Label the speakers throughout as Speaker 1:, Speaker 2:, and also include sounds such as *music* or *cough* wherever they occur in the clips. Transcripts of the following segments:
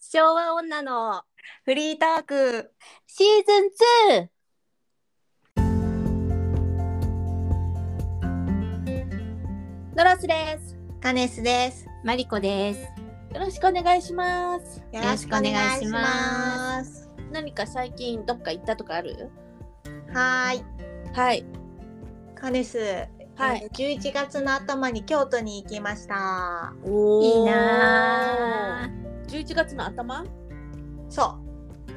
Speaker 1: 昭和女の
Speaker 2: フリーターク
Speaker 1: シーズン2ドロスです
Speaker 2: カネスです
Speaker 1: マリコです
Speaker 2: よろしくお願いします
Speaker 1: よろしくお願いします
Speaker 2: 何か最近どっか行ったとかある
Speaker 3: はーい、
Speaker 2: はい
Speaker 3: カネス。
Speaker 2: は
Speaker 3: え
Speaker 2: い
Speaker 3: ー。11月の頭に京都に行きました。
Speaker 2: お
Speaker 1: い
Speaker 2: い
Speaker 1: い
Speaker 2: い
Speaker 1: な
Speaker 2: な11月の頭
Speaker 3: そ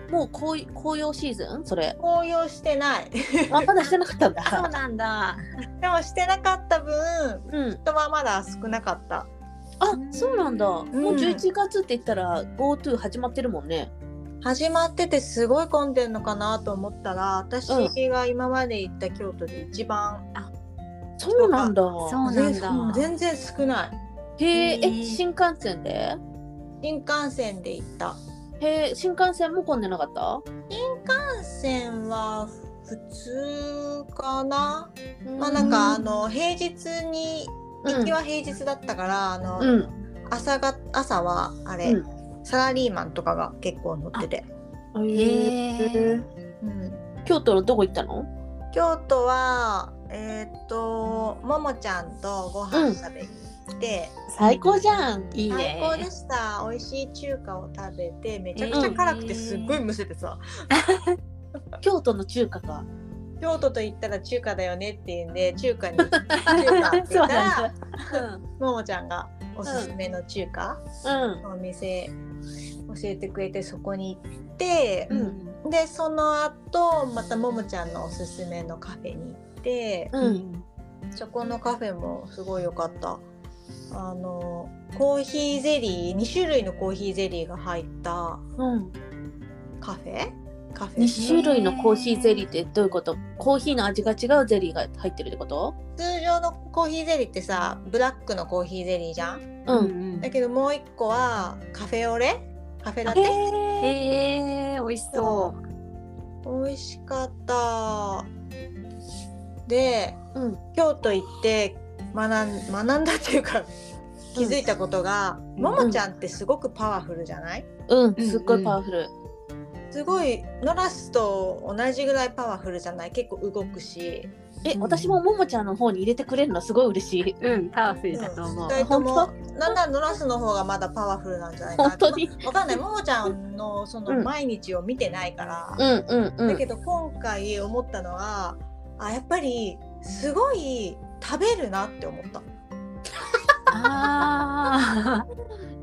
Speaker 2: もう紅紅葉シーズンそれ
Speaker 3: う、紅葉してない。
Speaker 2: *laughs*
Speaker 3: *laughs*
Speaker 2: あまだしてなかったん
Speaker 1: あそう
Speaker 2: だ
Speaker 1: なんだ
Speaker 3: でもしてなかった分、
Speaker 2: うん
Speaker 3: 人はまだ少なかった。
Speaker 2: あそうなんだもうん11月って言ったら GoTo 始まってるもんね
Speaker 3: 始まっててすごい混んでんのかなと思ったら、私が今まで行った京都で一番、
Speaker 2: そうなんだ
Speaker 1: そうなんだ
Speaker 3: ねもう全然少ない。
Speaker 2: へえ
Speaker 1: へー
Speaker 2: え新幹線で
Speaker 3: 新幹線で行った。
Speaker 2: へえ新幹線も混んでなかった
Speaker 3: 新幹線は普通かな、まあなんかあの平日に行きは平日だったから、あの、
Speaker 2: うん
Speaker 3: 朝が朝はあれ、
Speaker 2: うん
Speaker 3: サラリーマンとかが結構乗ってて、
Speaker 2: うん
Speaker 1: へえ
Speaker 3: うん
Speaker 2: 京都のどこ行ったの
Speaker 3: 京都はえーっとももちゃんとご飯食べに行って、
Speaker 2: 最高じゃん
Speaker 1: いい
Speaker 3: 最
Speaker 1: ね
Speaker 3: 高でした美味しい中華を食べてめちゃくちゃ辛くてすっごいむせてさ、
Speaker 2: 京都の中華 *laughs* か
Speaker 3: 京都と言ったら中華だよねっていうんで中華に中華って言
Speaker 2: *laughs*
Speaker 3: ったらももちゃんがおすすめの中華
Speaker 2: うん
Speaker 3: のお店教えてくれてそこに行って、
Speaker 2: うん
Speaker 3: でその後またももちゃんのおすすめのカフェに行って、
Speaker 2: うん
Speaker 3: そこのカフェもすごい良かったあのコーヒーゼリー2種類のコーヒーゼリーが入った
Speaker 2: うん
Speaker 3: カフェカフェ
Speaker 2: 2種類のコーヒーゼリーってどういうことコーヒーの味が違うゼリーが入ってるってこと
Speaker 3: 通常のコーヒーゼリーってさブラックのコーヒーゼリーじゃん
Speaker 2: うん、
Speaker 1: ん
Speaker 3: だけどもう一個はカフェオレカフェラテ
Speaker 2: へえ
Speaker 1: へえ美味しそう
Speaker 3: 美味しかったで
Speaker 2: うん
Speaker 3: 京都行って学ん学んだっていうか気づいたことが、
Speaker 1: ん
Speaker 3: ももちゃんってすごくパワフルじゃない、
Speaker 2: うんすっごいパワフル、
Speaker 3: すごいノラスと同じぐらいパワフルじゃない結構動くし、
Speaker 2: え
Speaker 1: うん
Speaker 2: 私もももちゃんの方に入れてくれるのすごい嬉しい
Speaker 1: うんパワフルだと思う
Speaker 3: 2人とも
Speaker 2: 本
Speaker 3: なんならノラスの方がまだパワフルなんじゃないかな
Speaker 2: 本当に
Speaker 3: わかんないももちゃんのそうの
Speaker 2: ん
Speaker 3: 毎日を見てないから、
Speaker 2: うんうんう
Speaker 3: だ
Speaker 2: ん
Speaker 3: けど今回思ったのはあやっぱりすごい食べるなって思った
Speaker 1: あ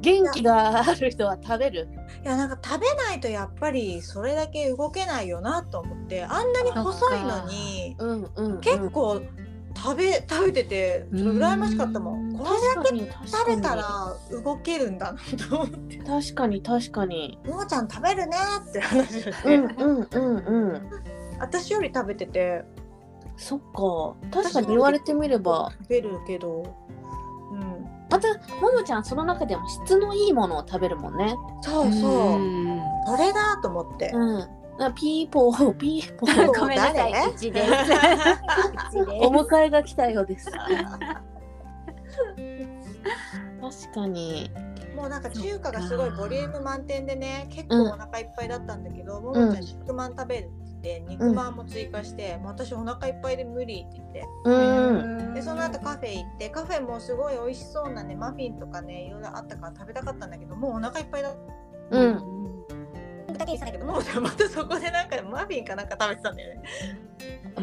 Speaker 2: 元気がある人は食べる
Speaker 3: いやなんか食べないとやっぱりそれだけ動けないよなと思ってあんなに細いのに
Speaker 2: うんうん、うん、
Speaker 3: 結構食べ食べてて羨ましかったもんこれだけ
Speaker 2: け
Speaker 3: 食べたら動けるんだなと思って
Speaker 2: 確かに確かに
Speaker 3: 「ももちゃん食べるね」って話をして、
Speaker 2: うんうんうんうん
Speaker 3: 私より食べてて
Speaker 2: そっか確かに言われてみれば
Speaker 3: 食べるけどうん
Speaker 2: またももちゃんその中でも質のいいものを食べるもんね
Speaker 3: そうそう、それだと思って、
Speaker 2: うんだからピーポー *laughs* ピーポ
Speaker 3: そう
Speaker 2: ー
Speaker 1: ごめんなさい
Speaker 3: 誰
Speaker 1: 口です口です
Speaker 2: お迎えが来たようです確かに
Speaker 3: もうなんか中華がすごいボリューム満点でね結構お腹いっぱいだったんだけど、ももちゃん肉まん食べるって言って肉まんも追加して、もう私お腹いっぱいで無理って言って
Speaker 2: うん
Speaker 3: でその後カフェ行ってカフェもすごい美味しそうなねマフィンとかねいろいろあったから食べたかったんだけどもうお腹いっぱいだった
Speaker 2: うん
Speaker 3: だけにしたんだけどもうまたそこでなんかマフィンかなんか食べてたんだよね。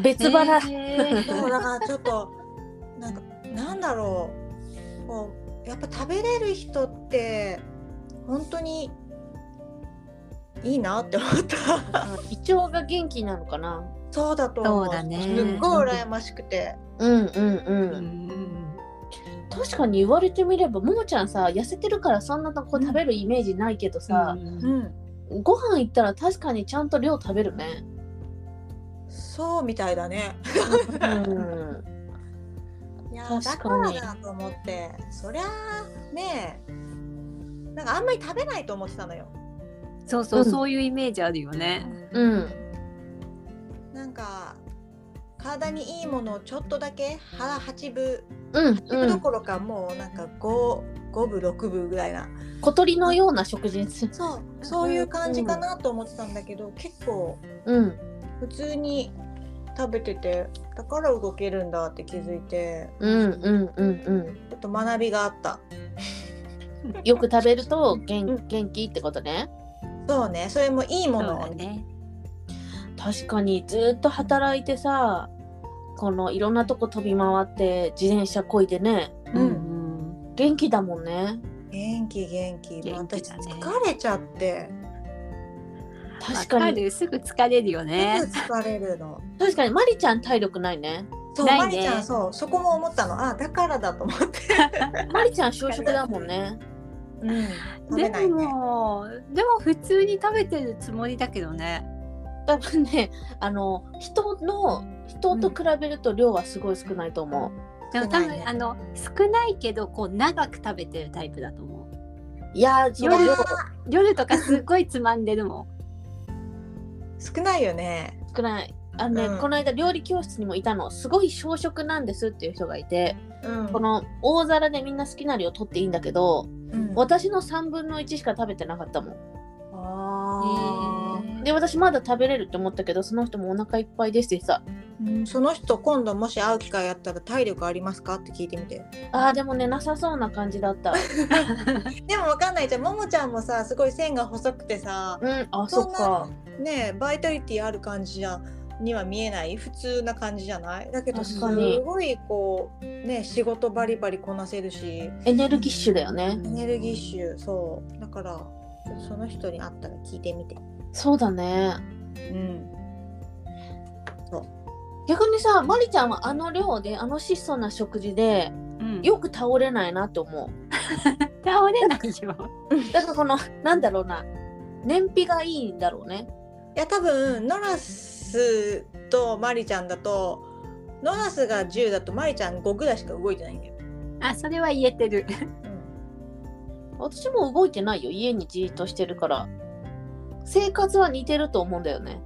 Speaker 2: 別腹、
Speaker 1: へ
Speaker 3: そうだからちょっとなんかなんだろうこうやっぱ食べれる人って本当にいいなって思った。
Speaker 2: 胃腸が元気なのかな
Speaker 3: そうだと思う。
Speaker 1: そうだね
Speaker 3: すっごい羨ましくて。
Speaker 2: うんうんう
Speaker 1: ー
Speaker 2: ん、確かに言われてみればももちゃんさ痩せてるからそんなとこ食べるイメージないけどさ、
Speaker 3: うん。
Speaker 2: ご飯行ったら確かにちゃんと量食べるね
Speaker 3: そうみたいだね。
Speaker 2: うん
Speaker 3: いや
Speaker 2: 確
Speaker 3: だか
Speaker 2: からに
Speaker 3: だと思って、そりゃあねえ、なんかあんまり食べないと思ってたのよ。
Speaker 1: そうそう
Speaker 2: うん
Speaker 1: そういうイメージあるよね
Speaker 2: うん
Speaker 3: なんか体にいいものをちょっとだけ腹八分
Speaker 2: うん
Speaker 3: 八
Speaker 2: う
Speaker 3: 分ど
Speaker 2: ん
Speaker 3: ころかもうなんか五5分6分ぐらいな
Speaker 2: 小鳥のような食事です。
Speaker 3: そうそういう感じかなと思ってたんだけど、結構
Speaker 2: うん。
Speaker 3: 普通に食べててだから動けるんだって気づいて
Speaker 2: うんうんうんうん。
Speaker 3: ちょっと学びがあった
Speaker 2: よく食べると元元気ってことね。
Speaker 3: そうねそれもいいもの
Speaker 1: そう
Speaker 3: を
Speaker 1: だ
Speaker 3: ね
Speaker 1: ね。
Speaker 2: 確かにずっと働いてさこのいろんなとこ飛び回って自転車こいでね
Speaker 1: う
Speaker 3: うん
Speaker 1: ん
Speaker 2: 元気だもんね
Speaker 3: 元気元気もう
Speaker 1: 元気
Speaker 3: 私
Speaker 1: だね
Speaker 3: 疲れちゃって
Speaker 2: 確かに
Speaker 1: にすぐ疲れるよね。
Speaker 3: すぐ疲れるの
Speaker 2: 確かにマリちゃん体力な
Speaker 3: *laughs*
Speaker 2: いね
Speaker 3: そう、
Speaker 1: ないね
Speaker 3: まりちゃんそうそこも思ったのあだからだと思って、
Speaker 2: マリちゃん小食だもんね
Speaker 3: うん、食べ
Speaker 1: で
Speaker 3: ないね
Speaker 1: もでも普通に食べてるつもりだけどね。
Speaker 2: 多分ねあの人の人と比べると量はすごい少ないと思う、
Speaker 1: でも
Speaker 3: 少
Speaker 1: 多
Speaker 3: ない
Speaker 1: 分、
Speaker 3: ね
Speaker 1: あの少ないけどこう長く食べてるタイプだと思う。
Speaker 2: いやーその
Speaker 3: い
Speaker 2: 量
Speaker 3: やー
Speaker 1: 夜とかすっごいつまんでるもん。
Speaker 3: 少ないよね
Speaker 2: 少ないあのね、
Speaker 3: うん
Speaker 2: この間料理教室にもいたのすごい小食なんですっていう人がいて
Speaker 3: うん
Speaker 2: この大皿でみんな好きな量取っていいんだけど
Speaker 3: うん
Speaker 2: 私の3分の1しか食べてなかったもん
Speaker 3: あー
Speaker 2: で私まだ食べれるって思ったけどその人もお腹いっぱいですってさ
Speaker 3: うんその人今度もし会う機会あったら体力ありますかって聞いてみて
Speaker 2: あーでもねなさそうな感じだった
Speaker 3: でもわかんないじゃんももちゃんもさすごい線が細くてさ
Speaker 2: うんあ
Speaker 3: そん
Speaker 2: そっ
Speaker 3: な
Speaker 2: か
Speaker 3: ねえバイタリティある感じじゃには見えない普通な感じじゃないだけどす
Speaker 2: 確かに
Speaker 3: ごいこうね仕事バリバリこなせるし
Speaker 2: エネルギッシュだよね
Speaker 3: エネルギッシュそうだからちょっとその人に会ったら聞いてみて
Speaker 2: そうだね
Speaker 3: うん
Speaker 2: 逆にさまりちゃんはあの量であの質素な食事で
Speaker 1: うん
Speaker 2: よく倒れないなって思
Speaker 1: *laughs* 倒れないよ。
Speaker 2: うだからこのなんだろうな燃費がいいんだろうね
Speaker 3: いや多分ノラスとマリちゃんだとノラスが10だとマリちゃん5ぐらいしか動いてないんだよ
Speaker 1: あそれは言えてる。
Speaker 2: 私も動いてないよ家にじーっとしてるから生活は似てると思うんだよね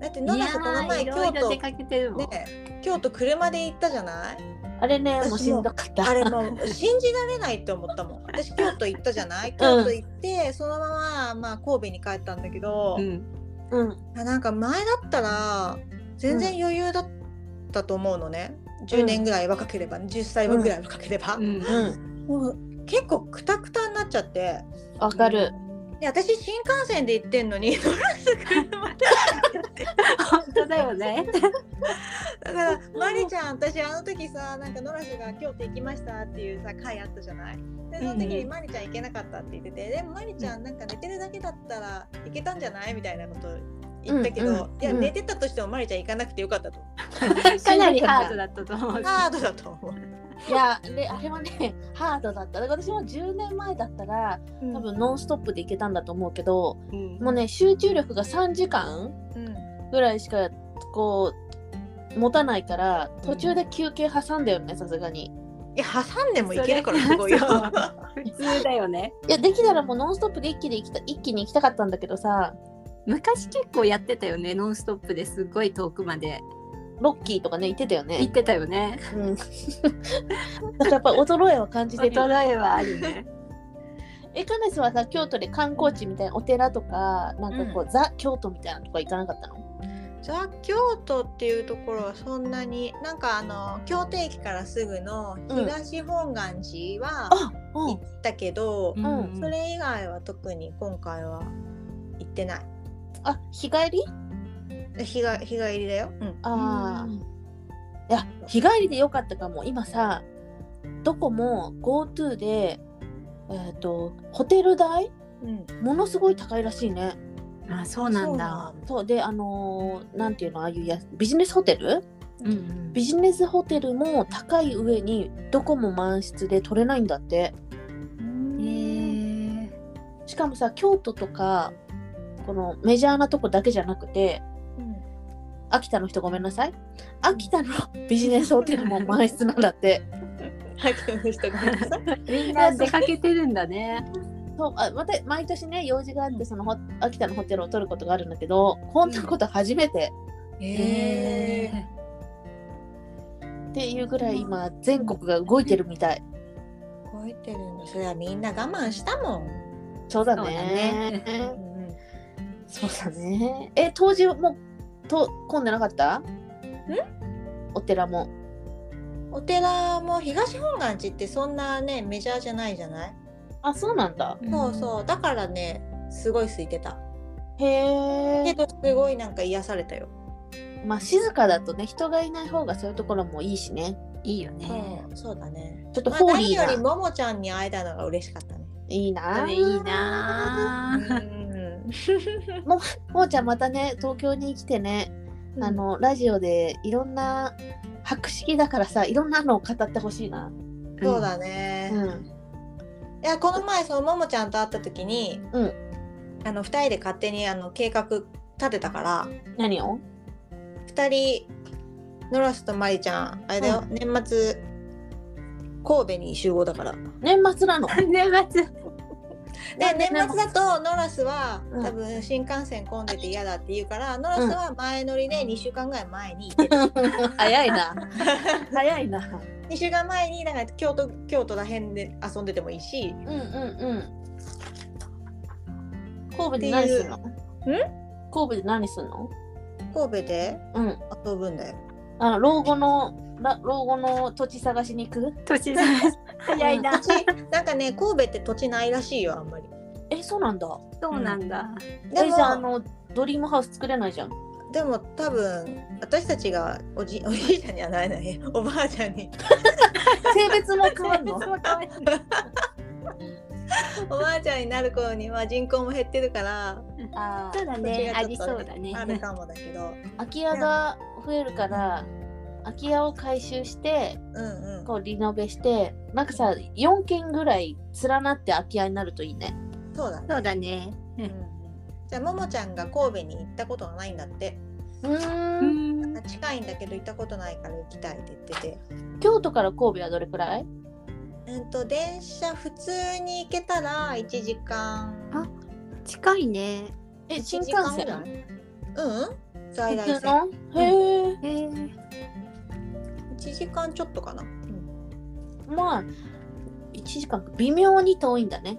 Speaker 3: だってノラスこの前
Speaker 1: いや
Speaker 3: 京
Speaker 1: ーいろいろ
Speaker 3: 都
Speaker 1: 出かけてるもん。
Speaker 3: ね京都車で行ったじゃない
Speaker 2: あれねもう
Speaker 3: 私
Speaker 2: し
Speaker 3: も
Speaker 2: んどかった
Speaker 3: あれもう信じられないって思っ
Speaker 1: *laughs*
Speaker 3: たもん私京都行ったじゃない京都行って、そのまま、まあ、神戸に帰ったんだけど、
Speaker 1: うん。
Speaker 2: うん
Speaker 3: あなんか前だったら全然余裕だったと思うのね、
Speaker 2: う
Speaker 3: 10
Speaker 2: ん
Speaker 3: 年ぐらい若ければ10歳ぐらい若ければ、
Speaker 1: うん
Speaker 2: うん
Speaker 3: もう結構くたくたになっちゃって
Speaker 2: わかる
Speaker 3: で私新幹線で行ってんのに乗らず車で
Speaker 1: 本当だよ *laughs* ね。
Speaker 3: だからマリちゃん私あの時さなんかノラスが京都行きましたっていうさ回あったじゃないでその時
Speaker 1: うん
Speaker 3: に
Speaker 1: うん
Speaker 3: マリちゃん行けなかったって言っててでもマリちゃんなんか寝てるだけだったら行けたんじゃないみたいなこと言ったけど、
Speaker 2: うんうん
Speaker 3: いや
Speaker 2: うん
Speaker 3: 寝てたとしてもマリちゃん行かなくてよかったと思
Speaker 1: かなりハードだったと思
Speaker 3: う
Speaker 1: う。
Speaker 3: ハードだと思う、
Speaker 2: いやであれはね *laughs* ハードだっただから私も10年前だったら多分ノンストップでいけたんだと思うけど
Speaker 1: うん
Speaker 2: もうね集中力が3時間
Speaker 3: うん、
Speaker 2: ぐらいしかこう持たないから途中で休憩挟んだよねさすがに
Speaker 3: いや挟んでも行けるからすごいよ
Speaker 1: それ
Speaker 3: *laughs*
Speaker 1: そう普通だよね。
Speaker 2: いやできたらもうノンストップで一気に行きた一気に行きたかったんだけどさ
Speaker 1: 昔結構やってたよね。ノンストップですっごい遠くまで
Speaker 2: ロッキーとかね言ってたよ
Speaker 1: 行っ
Speaker 2: ね、
Speaker 1: てたよね。 *laughs*
Speaker 2: うん、だからやっぱ衰えは感じてるよ
Speaker 1: 衰えはあるね。
Speaker 2: えカネスはさ京都で観光地みたいなお寺とかなんかこう、ザ京都みたいなとこ行かなかったの
Speaker 3: ザ・京都っていうところはそんなになんかあの京都駅からすぐの東本願寺は
Speaker 2: あう
Speaker 3: 行
Speaker 2: ん
Speaker 3: ったけど、
Speaker 2: ん
Speaker 3: それ以外は特に今回は行ってない。
Speaker 2: あ日帰り
Speaker 3: 日が日帰りだよ。うん。
Speaker 2: あ
Speaker 1: う
Speaker 2: あ、
Speaker 1: ん
Speaker 2: いや日帰りでよかったかも今さどこも GoTo で、えー、とホテル代
Speaker 3: うん、
Speaker 2: ものすごい高いらしいね
Speaker 1: あそうなんだ。
Speaker 2: そうであのーなんていうのああいうやビジネスホテル
Speaker 1: うんうん
Speaker 2: ビジネスホテルも高い上にどこも満室で取れないんだって
Speaker 3: そうなんだ。
Speaker 1: へえ
Speaker 2: しかもさ京都とかこのメジャーなとこだけじゃなくて
Speaker 3: うん
Speaker 2: 秋田の人ごめんなさい秋田のビジネスホテルも満室なんだ *laughs* って
Speaker 3: 早くの人ごめんなさい。
Speaker 1: みんな出かけてるんだね。
Speaker 2: そうあまた毎年ね用事があってそのホ秋田のホテルを取ることがあるんだけどこんなこと初めて
Speaker 3: へえ。
Speaker 2: っていうぐらい今全国が動いてるみたい。
Speaker 3: こ動いてるのそれはみんな我慢したもん、
Speaker 2: そうだ
Speaker 1: ね
Speaker 2: ね。
Speaker 3: うん
Speaker 2: そうだね。え、当時もうと混んでなかった？ん？お寺も。
Speaker 3: お寺も東本願寺ってそんなねメジャーじゃないじゃない、
Speaker 2: あ、そうなんだ。
Speaker 3: そうそうだからねすごい空いてた
Speaker 2: へ
Speaker 3: け
Speaker 2: え。
Speaker 3: どすごいなんか癒されたよ、
Speaker 2: まあ静かだとね、人がいない方がそういうところもいいしね。
Speaker 1: いいよね。
Speaker 3: うんそうだね
Speaker 2: ちょっと
Speaker 3: まあ、
Speaker 2: ホー
Speaker 3: 何
Speaker 2: リーな。
Speaker 3: よりももちゃんに会えたのが嬉しかったね
Speaker 2: いい
Speaker 1: そ
Speaker 2: な。
Speaker 1: れいい。なぁ。
Speaker 2: もーちゃんまたね、東京に来てね、あのラジオでいろんな博識だからさ、いろんなのを語ってほしいな。
Speaker 3: そうだね、
Speaker 2: うん。
Speaker 3: いやこの前そのももちゃんと会った時に、
Speaker 2: うん
Speaker 3: あの2人で勝手にあの計画立てたから
Speaker 2: 何を？
Speaker 3: 2人ノラスとマリちゃんあれだよ、年末神戸に集合だからで
Speaker 2: 年末なの。
Speaker 1: うん。年末。
Speaker 3: 年末だとノラスは
Speaker 2: うん
Speaker 3: 多分新幹線混んでて嫌だって言うから、ノラスは前乗りで2週間ぐらい前に行ってた
Speaker 2: *laughs* 早いな。早いな。
Speaker 3: 2週間前になんか京都京都ら辺で遊んでてもいいし
Speaker 2: うんうんうん。神戸で何すんの？ん？神戸で何すんの？
Speaker 3: 神戸で
Speaker 2: うん。
Speaker 3: 遊ぶん
Speaker 2: *laughs*
Speaker 3: だよ
Speaker 2: あの老後のら老後の土地探しに行く？
Speaker 1: 年末。早いな。
Speaker 3: 土地なんかね神戸って土地ないらしいよあんまり
Speaker 2: え、そうなんだ。
Speaker 1: そうなんだ。
Speaker 3: で
Speaker 2: え、じゃああ
Speaker 3: も
Speaker 2: のドリームハウス作れないじゃん。
Speaker 3: でも多分私たちがおじ *laughs* おじいちゃんにはなれない *laughs* おばあちゃんに
Speaker 2: 性別も変わる *laughs* の
Speaker 1: そ。うか
Speaker 3: おばあちゃんになる頃には人口も減ってるから
Speaker 2: あ
Speaker 1: そうだね。ありそうだね。
Speaker 3: あるかもだけど
Speaker 2: ー空き家が増えるから。空き家を改修して
Speaker 3: うんうん
Speaker 2: こうリノベしてなんかさ4軒ぐらい連なって空き家になるといいね
Speaker 3: そうだね、
Speaker 1: そうだね。
Speaker 3: うんじゃあももちゃんが神戸に行ったことがないんだって
Speaker 2: うー
Speaker 1: うんん。
Speaker 3: 近いんだけど行ったことないから行きたいって言ってて
Speaker 2: 京都から神戸はどれくらい
Speaker 3: うんと電車普通に行けたら1時間
Speaker 1: あ近いね。
Speaker 2: え
Speaker 3: 1
Speaker 2: 新幹
Speaker 3: 時間ぐ
Speaker 2: 線
Speaker 3: らいうん在来
Speaker 2: 普通
Speaker 3: 線
Speaker 2: のへえ
Speaker 1: えー、
Speaker 3: 1時間ちょっとかな、
Speaker 2: まあ1時間か微妙に遠いんだね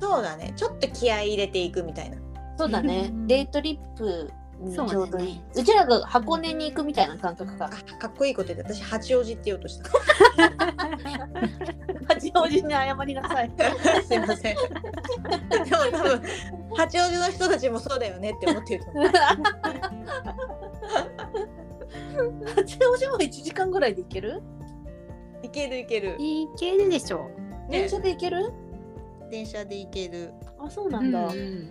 Speaker 3: そうだねちょっと気合い入れていくみたいな
Speaker 2: そうだ *laughs* ねデイトリップにち
Speaker 1: そうだね
Speaker 2: ょうどいい、うちらが箱根に行くみたいな感覚か
Speaker 3: あかっこいいこと言って私八王子って言おうとした *laughs*
Speaker 2: 八王子に謝りなさい
Speaker 3: すいませんでも多分八王子の人たちもそうだよねって思ってると思う
Speaker 2: *laughs* 八王子も1時間ぐらいで行ける
Speaker 3: いけるいける、
Speaker 1: いけるでしょ
Speaker 2: 電車で行ける
Speaker 3: 電車で行ける、
Speaker 2: あそうな
Speaker 1: う。
Speaker 2: んだ、
Speaker 1: うん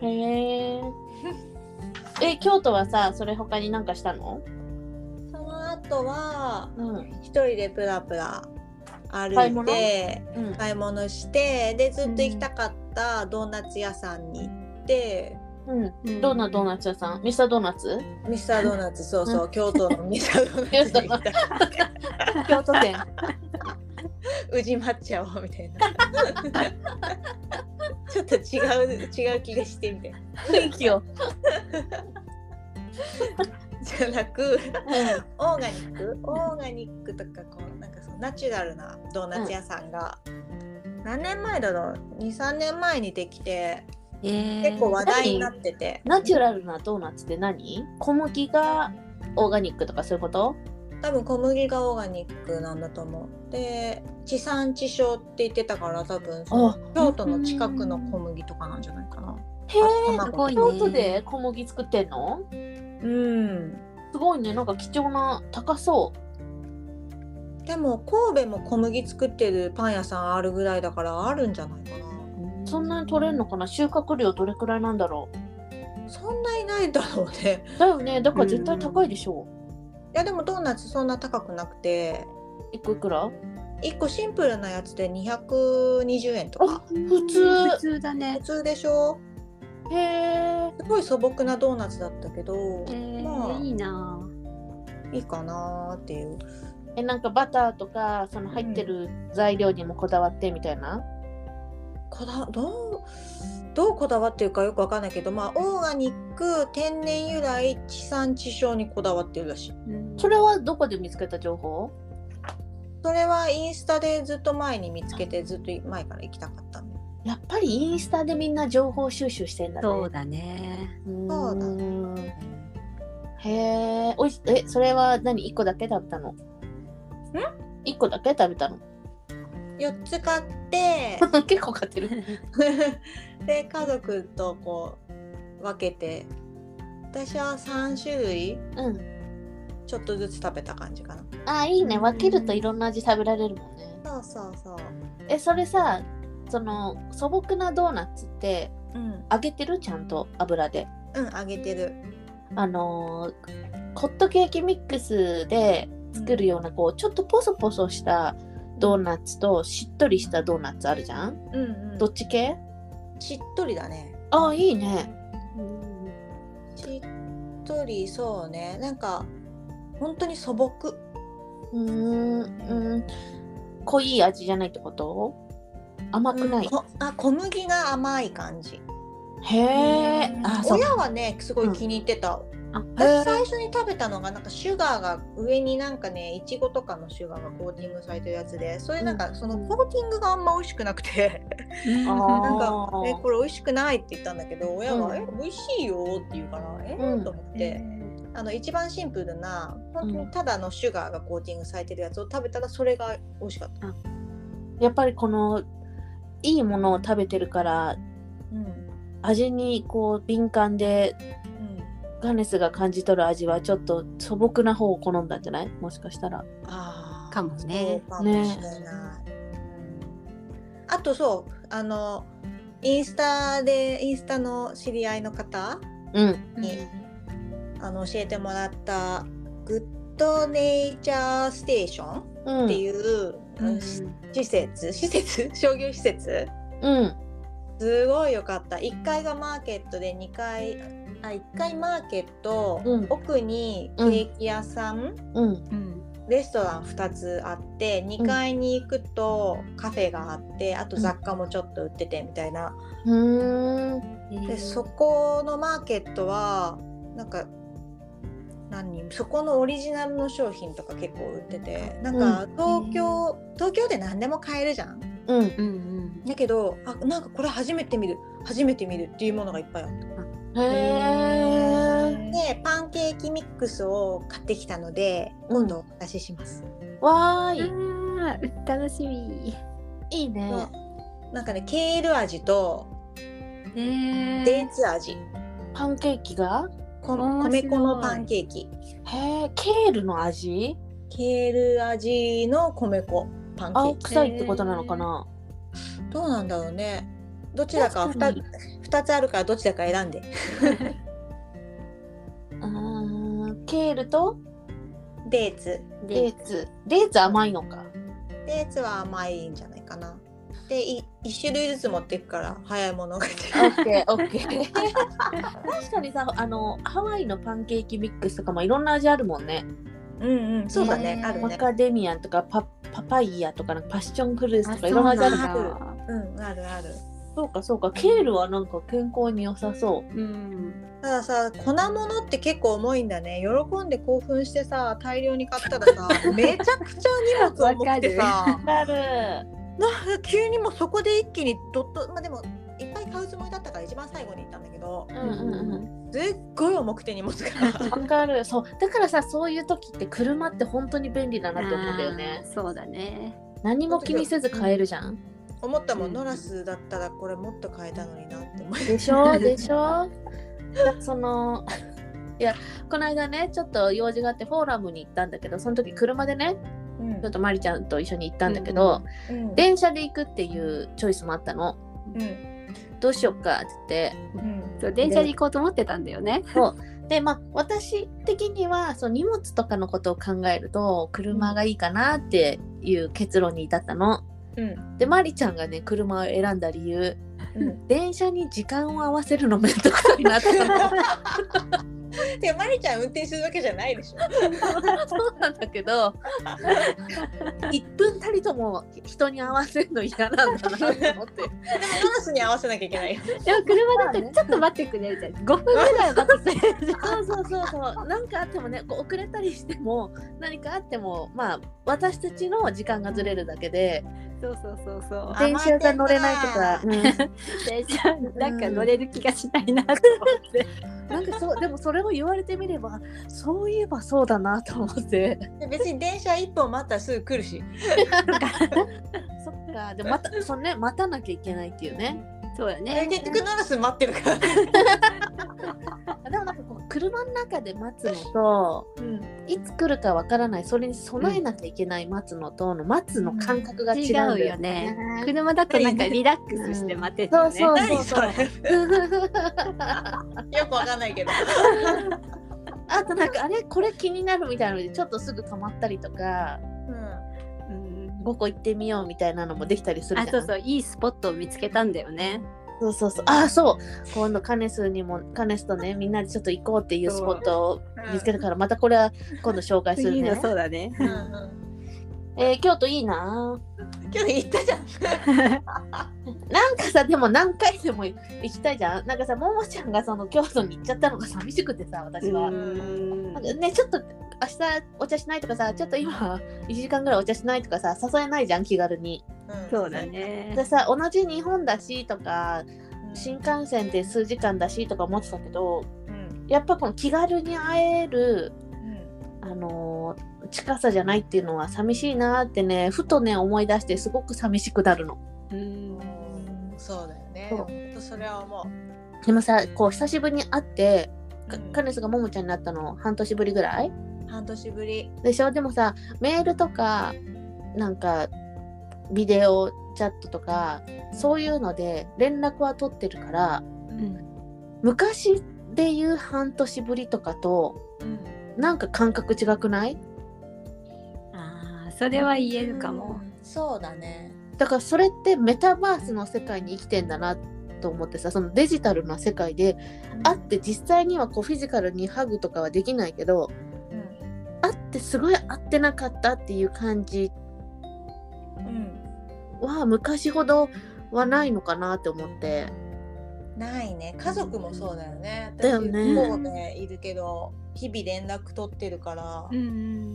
Speaker 2: へええ京都はさそれ他になんかしたの
Speaker 3: その後は
Speaker 2: うん
Speaker 3: 一人でプラプラ
Speaker 2: 買い
Speaker 3: 歩い
Speaker 2: 物
Speaker 3: て
Speaker 2: うん
Speaker 3: 買い物してでずっと行きたかったドーナツ屋さんに行って、
Speaker 2: うん
Speaker 1: うん
Speaker 2: どんなドーナツ屋さんミスタードーナツ
Speaker 3: ミスタードーナツそうそう京都のミスタードーナツに行った
Speaker 2: 京都店
Speaker 3: 宇治抹茶をみたいな *laughs* ちょっと違う違う気がしてみたいな
Speaker 2: 雰囲気を、
Speaker 3: じゃなく
Speaker 2: うん
Speaker 3: オーガニックオーガニックとかこうなんかそのナチュラルなドーナツ屋さんが、何年前だろう23年前にできて
Speaker 1: えー、
Speaker 3: 結構話題になってて、
Speaker 2: ナチュラルなドーナツって何小麦がオーガニックとかそういうこと
Speaker 3: 多分小麦がオーガニックなんだと思うで地産地消って言ってたから多分その
Speaker 2: あ
Speaker 3: 京都の近くの小麦とかなんじゃないかな
Speaker 2: へえ
Speaker 3: あ
Speaker 1: すごいね
Speaker 2: 京都で小麦作ってんの
Speaker 3: うん
Speaker 2: すごいねなんか貴重な高そ
Speaker 3: でも神戸も小麦作ってるパン屋さんあるぐらいだからあるんじゃないかな
Speaker 2: うそんなに取れるのかな収穫量どれくらいなんだろ
Speaker 3: そんなにないだろうね *laughs*
Speaker 2: うだよねだから絶対高いでしょ
Speaker 3: いやでもドーナツそんな高くなくて
Speaker 2: 一個いくら
Speaker 3: 1個シンプルなやつで220円と
Speaker 2: あ
Speaker 3: か
Speaker 2: 普通
Speaker 1: 普通だね
Speaker 3: 普。通でしょ
Speaker 2: へえ
Speaker 3: すごい素朴なドーナツだったけど
Speaker 1: えー
Speaker 3: まあ
Speaker 1: いいなぁ。
Speaker 3: いいかなーっていう
Speaker 2: えなんかバターとかその入ってる材料にもこだわってみたいな、
Speaker 3: こだどうどうこだわってるかよくわかんないけどまあオーガニック天然由来地産地消にこだわってるらしい
Speaker 2: それはどこで見つけた情報
Speaker 3: それはインスタでずっと前に見つけてずっと前から行きたかったんで
Speaker 2: やっぱりインスタでみんな情報収集してんだね。
Speaker 1: そうだね。
Speaker 2: う
Speaker 3: そうだ
Speaker 2: ーんへえ、おいしえ、それは何一個だけだったの？ん？一個だけ食べたの？
Speaker 3: 4つ買って
Speaker 2: *laughs* 結構買ってる。
Speaker 3: で家族とこう分けて私は3種類
Speaker 2: うん。
Speaker 3: ちょっとずつ食べた感じかな
Speaker 2: あー、いいね。分けるといろんな味食べられるもんね。
Speaker 3: そうそうそう
Speaker 2: え、それさ、その素朴なドーナツって
Speaker 3: うん
Speaker 2: 揚げてるちゃんと油で。
Speaker 3: うん揚げてる
Speaker 2: あのーホットケーキミックスで作るようなこうちょっとポソポソしたドーナツとしっとりしたドーナツあるじゃん
Speaker 3: うんうん
Speaker 2: どっち系
Speaker 3: しっとりだね
Speaker 2: あいいね
Speaker 3: しっとりそうねなんか本当に素朴
Speaker 2: うーんうーん濃い味じゃないってこと甘くない、
Speaker 3: こあ小麦が甘い感じ
Speaker 2: へえあそう
Speaker 3: 親はねすごい気に入ってた、
Speaker 1: あ、
Speaker 3: 私最初に食べたのがなんかシュガーが上になんかねいちごとかのシュガーがコーティングされてるやつでそれなんかそのコーティングがあんま美味しくなくて
Speaker 2: あー
Speaker 3: なんか「えこれ美味しくない」って言ったんだけど親
Speaker 2: うん
Speaker 3: が「え美味しいよ」って言うから「え
Speaker 2: うん
Speaker 3: と思って、あの一番シンプルな本当にただのシュガーがコーティングされてるやつを食べたらそれが美味しかった。
Speaker 2: やっぱりこのいいものを食べてるから
Speaker 3: うん
Speaker 2: 味にこう敏感でガネスが感じ取る味はちょっと素朴な方を好んだんじゃないもしかしたら
Speaker 3: あー
Speaker 1: かもね
Speaker 3: そうかもしれない。うんあとそうあのインスタでインスタの知り合いの方
Speaker 2: うん
Speaker 3: に、あの教えてもらったグッドネイチャーステーション
Speaker 2: うん
Speaker 3: っていう、うんし施設施設 *laughs* 商業施設
Speaker 2: うん
Speaker 3: すごい良かった1階がマーケットで2階あ1階マーケット、
Speaker 2: うん
Speaker 3: 奥にケーキ屋さん、
Speaker 2: うん
Speaker 1: うん
Speaker 3: レストラン2つあって2階に行くとカフェがあってあと雑貨もちょっと売っててみたいな、
Speaker 2: うーん
Speaker 3: でそこのマーケットはなんか何そこのオリジナルの商品とか結構売っててなんか東京、東京で何でも買えるじゃん
Speaker 2: うん
Speaker 1: うんうん。
Speaker 3: だけどあなんかこれ初めて見る初めて見るっていうものがいっぱいあった
Speaker 2: へえ
Speaker 3: でパンケーキミックスを買ってきたので今度お出しします、
Speaker 2: わーい
Speaker 1: あー楽しみ。
Speaker 2: いいね
Speaker 3: そうなんかねケール味と
Speaker 1: え
Speaker 3: デーツ味
Speaker 2: パンケーキが
Speaker 3: こ
Speaker 1: 面白い
Speaker 3: 米粉のパンケーキ
Speaker 2: へえケールの味
Speaker 3: ケール味の米粉パンケ
Speaker 2: 青
Speaker 3: ーキ
Speaker 2: 臭いってことなのかな
Speaker 3: どうなんだろうねどちらか
Speaker 1: 確か
Speaker 3: 2,
Speaker 1: に
Speaker 3: 2つあるからどちらか選んで
Speaker 2: うーんケールと
Speaker 3: デーツ
Speaker 2: デーツデーツ甘いのか
Speaker 3: デーツは甘いんじゃないかなでい1種類ずつ持っていくから早いものが出て
Speaker 2: オッケーオッケー確かにさあのハワイのパンケーキミックスとかもいろんな味あるもんね
Speaker 3: る *laughs* うんうんそうだね
Speaker 1: ね
Speaker 3: ある
Speaker 2: マ
Speaker 3: ね
Speaker 2: カデミアンとかパパパイヤとかなんかパッションフルーツ
Speaker 1: あ
Speaker 2: とかいろんな味ある
Speaker 3: そうなんだ
Speaker 1: だ
Speaker 3: うんあるある
Speaker 2: そうかそうかケールはなんか健康に良さそう
Speaker 1: うん。
Speaker 3: たださ粉物って結構重いんだね喜んで興奮してさ大量に買ったら *laughs* さめちゃくちゃ荷物重くてさ
Speaker 2: なる
Speaker 3: な急にもうそこで一気にどっとまあでもいっぱい買うつもりだったから一番最後に行ったんだけど
Speaker 2: うんうんうん
Speaker 3: すっごい重くて荷物
Speaker 2: *laughs*
Speaker 3: が
Speaker 2: わかるそうだからさそういう時って車って本当に便利だなって思うんだよね
Speaker 1: あーそうだね。
Speaker 2: 何も気にせず買えるじゃん
Speaker 3: 思ったも
Speaker 1: うん
Speaker 3: んノラスだったらこれもっと買えたのになって思い
Speaker 2: でしょでしょその *laughs* いやこの間ねちょっと用事があってフォーラムに行ったんだけどその時車でねちょっとマリちゃんと一緒に行ったんだけど、
Speaker 3: うん
Speaker 2: 電車で行くっていうチョイスもあったの
Speaker 3: うん
Speaker 2: どうしよっかって言って
Speaker 3: うん
Speaker 1: そう電車で行こうと思ってたんだよね。
Speaker 2: でまあ私的にはその荷物とかのことを考えると車がいいかなっていう結論に至ったの。
Speaker 3: うん
Speaker 2: でマリちゃんがね車を選んだ理由
Speaker 3: うん
Speaker 2: 電車に時間を合わせるのめんどくさいなって思った
Speaker 3: でマリちゃん運転するわけじゃないでしょ。
Speaker 2: そうなんだけど
Speaker 1: *laughs*
Speaker 2: 1分たりとも人に合わせるの嫌なんだなと思って
Speaker 3: でもカラスに合わせなきゃいけない。
Speaker 1: でも車だとちょっと待ってくれるじゃん。5分ぐらい待ってくれるじゃん。
Speaker 2: そうそうそうそうなんかあってもねこう遅れたりしても何かあってもまあ私たちの時間がずれるだけで
Speaker 1: そうそうそうそう。
Speaker 3: あ
Speaker 2: 電車が乗れないとか、うん
Speaker 1: 電車なんか乗れる気がしないなと思って。
Speaker 2: なんかそうでもそれを言われてみればそういえばそうだなと思って
Speaker 3: で別に電車一本待ったらすぐ来るし。
Speaker 2: そっかでまた *laughs* そのね待たなきゃいけないっていうね
Speaker 1: そうよね。
Speaker 3: 結局カラス待ってるから。
Speaker 2: でもなんかこう車の中で待つのといつ来るかわからないそれに備えなきゃいけない待つのとの待つの感覚が違
Speaker 1: 違
Speaker 2: うんだ
Speaker 1: うよね。車だとなんかリラックスして待てるよね。
Speaker 2: うんそう
Speaker 3: 何それ。よくわかんない
Speaker 2: *laughs*
Speaker 3: けど。
Speaker 2: あとなんかあれこれ気になるみたいなのでちょっとすぐ止まったりとか
Speaker 3: うん
Speaker 1: うん
Speaker 2: 5個行ってみようみたいなのもできたりする
Speaker 1: あ
Speaker 2: じゃ
Speaker 1: そ
Speaker 2: ん
Speaker 1: うそういいスポットを見つけたんだよね。
Speaker 2: そうそうそうあそう今度カネスにもカネスとね
Speaker 1: *laughs*
Speaker 2: みんなでちょっと行こうっていうスポットを見つけたからまたこれは今度紹介する
Speaker 1: 次の
Speaker 2: ね
Speaker 1: そうだね。
Speaker 3: うんうん
Speaker 2: えー京都いいな
Speaker 3: 今日言ったじゃん。
Speaker 2: なんかさでも何回でも行きたいじゃんなんかさももちゃんがその京都に行っちゃったのが寂しくてさ私は、
Speaker 1: うん
Speaker 2: なんかねちょっと明日お茶しないとかさちょっと今1時間ぐらいお茶しないとかさ誘えないじゃん気軽に
Speaker 1: そうだ。ね
Speaker 2: で。さ同じ日本だしとか新
Speaker 3: 新。
Speaker 2: 幹線で数時間だしとか思ってたけど
Speaker 3: うん
Speaker 2: やっぱこの気軽に会える
Speaker 3: うん
Speaker 2: あのー近さじゃないっていうのは寂しいなーってねふとね思い出してすごく寂しくなるの
Speaker 1: うん
Speaker 3: そうだよね。
Speaker 2: そう
Speaker 3: 本当それは思う。
Speaker 2: でもさこう久しぶりに会ってか
Speaker 3: うん
Speaker 2: カネスがももちゃんになったの半年ぶりぐらい
Speaker 3: 半年ぶり。
Speaker 2: でしょでもさメールとかなんかビデオチャットとかそういうので連絡は取ってるから
Speaker 1: うん
Speaker 2: 昔で言う半年ぶりとかと
Speaker 3: うん
Speaker 2: なんか感覚違くない
Speaker 1: ああそれは言えるかも。。
Speaker 3: そうだね。
Speaker 2: だからそれってメタバースの世界に生きてんだなと思ってさそのデジタルな世界で会って実際にはこうフィジカルにハグとかはできないけど
Speaker 3: うん
Speaker 2: 会ってすごい会ってなかったっていう感じ
Speaker 3: うん。
Speaker 2: は昔ほどはないのかなって思って
Speaker 3: ないね。家族もそうだよね。
Speaker 2: だよね
Speaker 3: 私神戸いるけど、日々連絡取ってるから。
Speaker 1: うん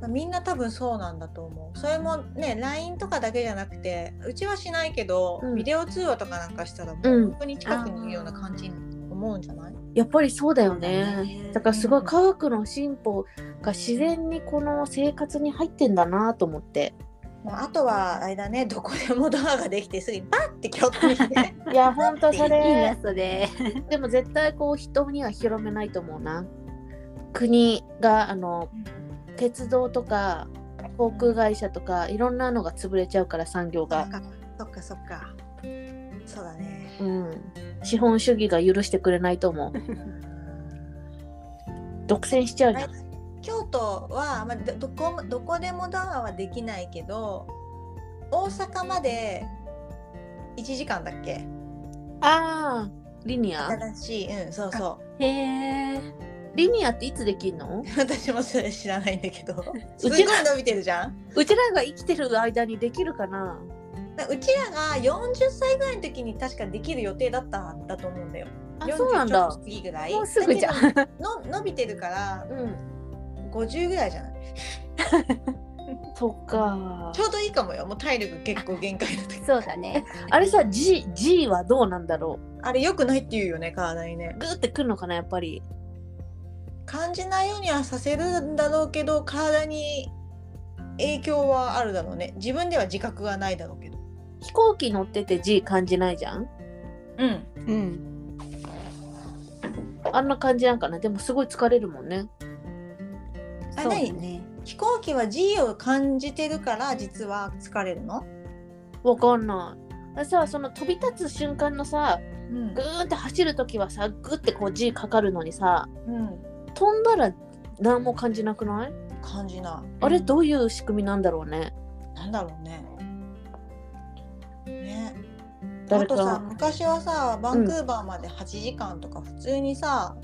Speaker 3: まあみんな多分そうなんだと思うそれもね LINE とかだけじゃなくてうちはしないけど、
Speaker 2: うん
Speaker 3: ビデオ通話とかなんかしたらもう、
Speaker 2: うん
Speaker 3: 本当に近くにいるような感じに思うんじゃない
Speaker 2: やっぱりそうだよねだからすごい科学の進歩が自然にこの生活に入ってんだなと思って
Speaker 3: もうあとはあれだねどこでもドアができてすぐにバッて京都に
Speaker 2: *laughs*
Speaker 3: ね
Speaker 2: いやほんと
Speaker 1: い
Speaker 2: そ
Speaker 1: いな
Speaker 2: れ
Speaker 1: それ。
Speaker 2: でも絶対こう人には広めないと思うな国があの鉄道とか航空会社とかいろんなのが潰れちゃうから産業
Speaker 3: そ
Speaker 2: が
Speaker 3: っ、かそっかそっかそうだね
Speaker 2: うん、資本主義が許してくれないと思う独占しちゃうじゃん
Speaker 3: 京都は、まあ、どどこもどこでもドアはできないけど大阪まで1時間だっけ
Speaker 2: ああリニア
Speaker 3: 正しいうんそうそう
Speaker 1: へえ。
Speaker 2: リニアっていつできんの
Speaker 3: 私もそれ知らないんだけどす
Speaker 2: *laughs* う
Speaker 3: ご
Speaker 2: ち
Speaker 3: い
Speaker 2: ら
Speaker 3: 伸びてるじゃん
Speaker 2: うちらが生きてる間にできるかな
Speaker 3: だうちらが40歳ぐらいの時に確かできる予定だったんだと思うんだよ
Speaker 2: あそうな
Speaker 3: 40
Speaker 2: ん
Speaker 3: ちょ
Speaker 2: だ
Speaker 3: っと過ぎぐらい
Speaker 1: もうすぐじゃん
Speaker 3: だけどの伸びてるから
Speaker 2: うん
Speaker 3: 50ぐらいじゃない
Speaker 2: そっか
Speaker 3: ちょうどいいかもよもう体力結構限界だったけど
Speaker 1: そうだね。
Speaker 2: あれさ G, G はどうなんだろ
Speaker 3: あれ良くないって言うよね体にね
Speaker 2: うグーってくるのかなやっぱり
Speaker 3: 感じないようにはさせるんだろうけど体に影響はあるだろうね自分では自覚がないだろうけど
Speaker 2: 飛行機乗ってて G 感じないじゃん
Speaker 3: うん
Speaker 1: うん。
Speaker 2: あんな感じなんかなでもすごい疲れるもんね
Speaker 3: あ
Speaker 1: そうだ
Speaker 3: 何
Speaker 1: ね。
Speaker 3: 飛行機は G を感じてるから実は疲れるの、
Speaker 2: わかんないあさその飛び立つ瞬間のさ
Speaker 3: うん
Speaker 2: グーンって走る時はさグーってこう G かかるのにさ
Speaker 3: うん、
Speaker 2: 飛んだら何も感じなくない
Speaker 3: 感じない
Speaker 2: あれどういう仕組みなんだろうね
Speaker 3: なんだろうねねあ
Speaker 2: 誰
Speaker 3: とさ
Speaker 2: か
Speaker 3: 昔はさバンクーバーまで8時間とか普通にさ、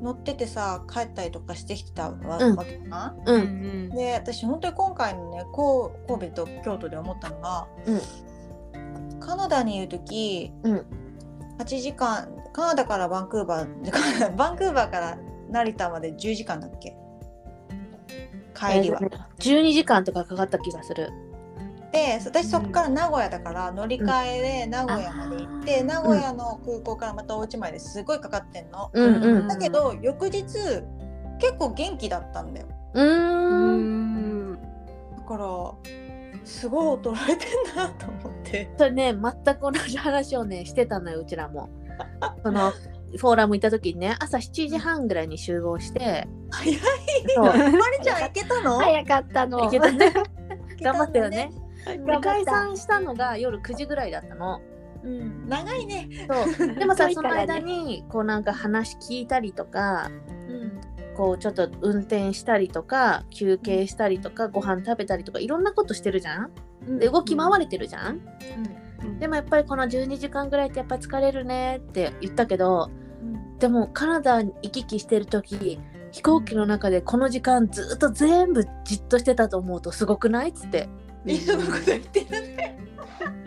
Speaker 3: 乗っててさ帰ったりとかしてきてたわ,、
Speaker 2: うん
Speaker 3: わけかな
Speaker 2: う
Speaker 4: うんん
Speaker 3: で私本当に今回のねこう神戸と京都で思ったのが、カナダにいる時、
Speaker 2: うん
Speaker 3: 8時間カナダからバンクーバー *laughs* バンクーバーから成田まで10時間だっけ帰りは。
Speaker 2: 12時間とかかかった気がする。
Speaker 3: で私そこから名古屋だから乗り換えで名古屋まで行って、名古屋の空港からまたお家まですごいかかってんの。
Speaker 2: うんう
Speaker 4: うん
Speaker 2: ん。
Speaker 3: だけど翌日結構元気だったんだよ。
Speaker 2: う
Speaker 1: う
Speaker 2: ーん。
Speaker 1: ん。
Speaker 3: だからすごい衰えてんなと思って。
Speaker 2: それね全く同じ話をねしてたのようちらも。そのフォーラム行った時にね朝7時半ぐらいに集
Speaker 3: *laughs*
Speaker 2: 合して
Speaker 3: 早い。
Speaker 2: そう
Speaker 3: まりちゃん行けたの？
Speaker 1: 早かったの。
Speaker 2: 行けたね
Speaker 3: 行け
Speaker 2: 頑張
Speaker 3: の
Speaker 2: ったよね。。で
Speaker 1: 頑張
Speaker 2: 解
Speaker 1: った。
Speaker 2: 散したのが夜9時ぐらいだったの。
Speaker 3: うん。長いね。
Speaker 2: そうでもさ、
Speaker 1: 遠い
Speaker 2: そ
Speaker 1: か
Speaker 2: の
Speaker 1: らね
Speaker 2: 間にこうなんか話聞いたりとか
Speaker 3: うん。
Speaker 2: こうちょっと運転したりとか休憩したりとかご飯食べたりとかいろんなことしてるじゃん
Speaker 3: うん
Speaker 2: で動き回れてるじゃん、
Speaker 1: うん
Speaker 2: でもやっぱりこの12時間ぐらいってやっぱ疲れるねって言ったけど
Speaker 3: うん
Speaker 2: でもカナダに行き来してる時飛行機の中でこの時間ずっと全部じっとしてたと思うとすごくないっつって
Speaker 3: いろんなこと言ってる。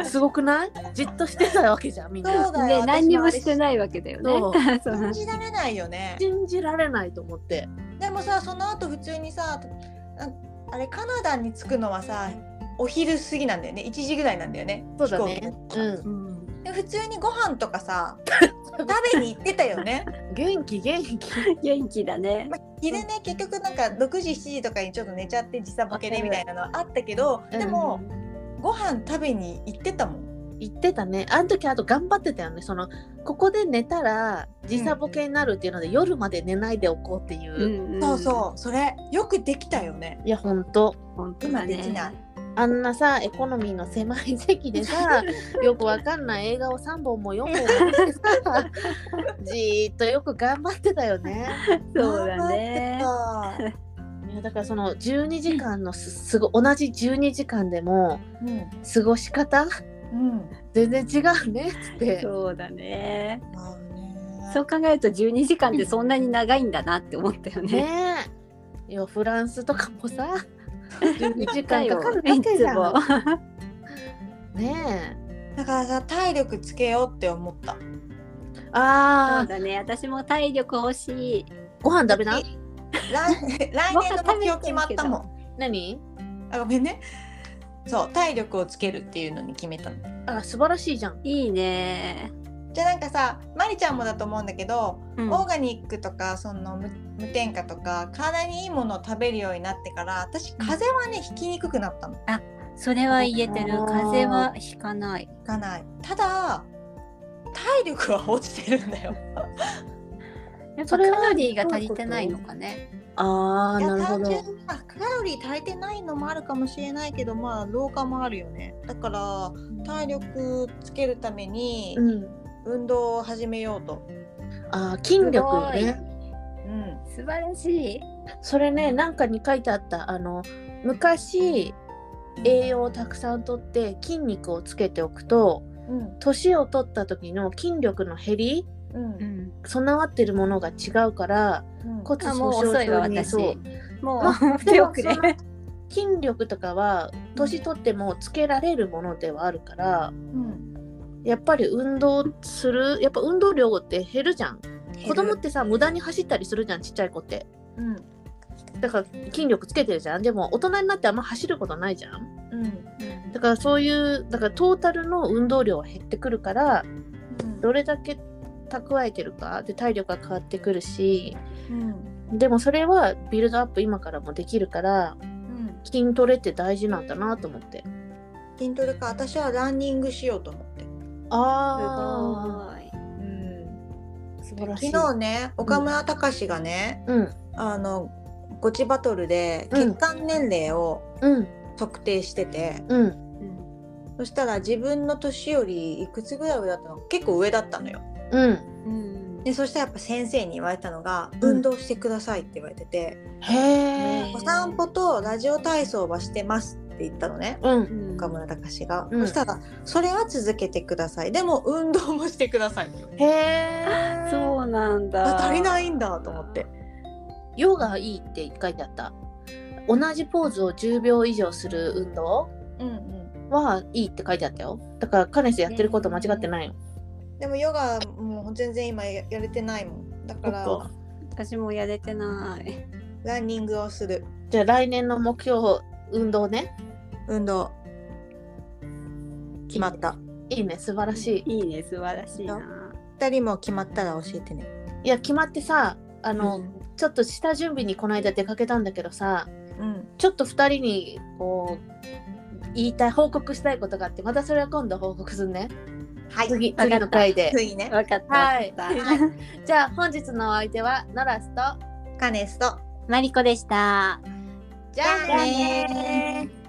Speaker 2: すごくないじっとしてたわけじゃんみん
Speaker 3: そ
Speaker 2: な
Speaker 3: うだよ私もあ
Speaker 1: ね、
Speaker 3: れ
Speaker 1: 何にもしてないわけだよね。
Speaker 2: そう
Speaker 1: *laughs* そうなん
Speaker 3: 信
Speaker 1: だ
Speaker 3: じられないよね。
Speaker 2: 信じられないと思って
Speaker 3: でもさその後普通にさああれカナダに着くのはさお昼過ぎなんだよね1時ぐらいなんだよね
Speaker 2: そうだね
Speaker 3: 飛行機
Speaker 2: う
Speaker 3: の
Speaker 2: ん
Speaker 1: うん
Speaker 3: で普通にご飯とかさ食べに行ってたよね、
Speaker 2: 元気元気
Speaker 1: 元気だね。
Speaker 3: まあ、昼ね結局なんか6時7時とかにちょっと寝ちゃって時差ボケでみたいなのはあったけど
Speaker 2: うん
Speaker 3: でもご飯食べに行ってたもん
Speaker 2: 言ってたねあの時あと頑張ってたよねそのここで寝たら時差ボケになるっていうので、夜まで寝ないでおこうっていう、
Speaker 3: そうそうそれよくできたよね
Speaker 2: いやほんと
Speaker 1: うん。本当だね
Speaker 3: 今できない。
Speaker 2: あんなさエコノミーの狭い席で *laughs* さよくわかんない映画を3本も4本も見てさ *laughs* じーっとよく頑張ってたよね
Speaker 1: そうだね。
Speaker 3: あー
Speaker 2: いやだからその12時間のすすご同じ12時間でも過ごし方
Speaker 3: うんうん
Speaker 2: 全然違うねっつって
Speaker 1: そうだね。
Speaker 3: まあね
Speaker 1: そう考えると12時間ってそんなに長いんだなって思ったよね。
Speaker 2: ねえいやフランスとかもさ12時間かかる
Speaker 1: い
Speaker 2: わけ
Speaker 1: つ
Speaker 2: じゃん
Speaker 1: も。
Speaker 2: ね
Speaker 3: だからさ体力つけようって思った
Speaker 2: え
Speaker 1: そう
Speaker 2: あー
Speaker 1: だね。私も体力欲しい。
Speaker 2: ご飯食べな
Speaker 3: 来来来年の目標決まったもん
Speaker 2: 何
Speaker 3: あごめんねそう体力をつけるっていうのに決めたの
Speaker 2: あ素晴らしいじゃん
Speaker 1: いいね。
Speaker 3: じゃあなんかさまりちゃんもだと思うんだけど、
Speaker 1: うん
Speaker 3: オーガニックとかその無無添加とか体にいいものを食べるようになってから私風邪はねひきにくくなったの
Speaker 1: それは言えてる。
Speaker 2: あー
Speaker 1: 風邪はひかない。
Speaker 3: いかないただ体力は落ちてるんだよ
Speaker 1: やっぱカ
Speaker 2: それは
Speaker 1: ロリーが足りてないのかね。
Speaker 2: *laughs* あ
Speaker 3: い
Speaker 2: ー
Speaker 3: や
Speaker 2: なるほ
Speaker 3: 単
Speaker 2: ど
Speaker 3: 純にあカロリー足りてないのもあるかもしれないけどまあ老化もあるよねだから体力つけるために
Speaker 2: うん
Speaker 3: 運動を始めようと、
Speaker 2: あー筋力
Speaker 1: す
Speaker 2: ね
Speaker 3: うん、
Speaker 1: 素晴らしい。
Speaker 2: それねなんかに書いてあったあの昔栄養をたくさんとって筋肉をつけておくと
Speaker 3: うん
Speaker 2: 年を取った時の筋力の減り
Speaker 3: うん
Speaker 1: うん。
Speaker 2: 備わってるものが違うから
Speaker 3: うん
Speaker 2: 骨
Speaker 1: あ
Speaker 2: 粗
Speaker 1: もう
Speaker 2: しょう
Speaker 1: 遅いわ
Speaker 2: 症に
Speaker 1: 私
Speaker 2: そう。
Speaker 1: も
Speaker 2: ま
Speaker 1: う手遅れ
Speaker 2: で。もその筋力とかは年取ってもつけられるものではあるから
Speaker 3: うん
Speaker 2: やっぱり運動するやっぱ運動量って減るじゃん子
Speaker 3: 減
Speaker 2: 供っ
Speaker 3: る
Speaker 2: てさ無駄に走ったりするじゃんちっちゃい子って
Speaker 3: うん
Speaker 2: だから筋力つけてるじゃんでも大人になってあんま走ることないじゃん
Speaker 3: うん
Speaker 2: だからそういうだからトータルの運動量は減ってくるからどれだけ蓄えてるかで体力が変わってくるし
Speaker 3: うん
Speaker 2: でもそれはビルドアップ今からもできるから
Speaker 3: うん
Speaker 2: 筋トレって大事なんだなと思って
Speaker 3: 筋トレか私はランニングしようと思って、
Speaker 1: す
Speaker 2: ああ
Speaker 1: ごい。
Speaker 3: うん、
Speaker 2: 素晴らしい
Speaker 3: 昨日ね岡村隆史がね、
Speaker 2: うん
Speaker 3: あのゴチバトルで
Speaker 2: うん
Speaker 3: 血管年齢を
Speaker 2: うん
Speaker 3: 測定してて、
Speaker 2: うん
Speaker 1: うん
Speaker 3: そしたら自分の年よりいくつぐらい上だったの結構上だったのよ
Speaker 2: うん
Speaker 1: うん。
Speaker 3: でそしたらやっぱ先生に言われたのが「
Speaker 2: うん
Speaker 3: 運動してください」って言われてて
Speaker 2: へえ
Speaker 3: 「お散歩とラジオ体操はしてます」って言ったのね
Speaker 2: うん
Speaker 1: うん
Speaker 3: 岡村隆史が、
Speaker 2: うん
Speaker 3: そしたら「それは続けてくださいでも運動もしてください」
Speaker 2: へえ
Speaker 1: そう
Speaker 4: なんだ。
Speaker 3: あ足りないんだと思って
Speaker 2: ヨガいいって書いてあった同じポーズを10秒以上する運動
Speaker 3: うんうん
Speaker 2: はいいって書いてあったよだからカネスやってること間違ってないよ、
Speaker 3: でもヨガもう全然今ややれてないもんだから
Speaker 2: そっか
Speaker 1: 私もやれてない。
Speaker 3: ランニングをする
Speaker 2: じゃあ来年の目標運動ね
Speaker 3: 運動決まった
Speaker 2: いいね素晴らしい
Speaker 1: いいね、素晴らしいな。
Speaker 3: 2人も決まったら教えてね
Speaker 2: いや決まってさあの、
Speaker 3: うん
Speaker 2: ちょっと下準備にこの間出かけたんだけどさ
Speaker 3: うん
Speaker 2: ちょっと2人にこう言いたい報告したいことがあってまたそれは今度報告すんね
Speaker 3: はい
Speaker 2: 次
Speaker 1: わかった
Speaker 2: 次の回で
Speaker 3: 次ね
Speaker 1: わかった。
Speaker 2: はい
Speaker 1: わかった
Speaker 2: じゃあ本日のお相手はノラスと
Speaker 3: カネスと
Speaker 1: マリコでした。
Speaker 2: じゃあ
Speaker 3: じゃあね
Speaker 2: ね
Speaker 3: ー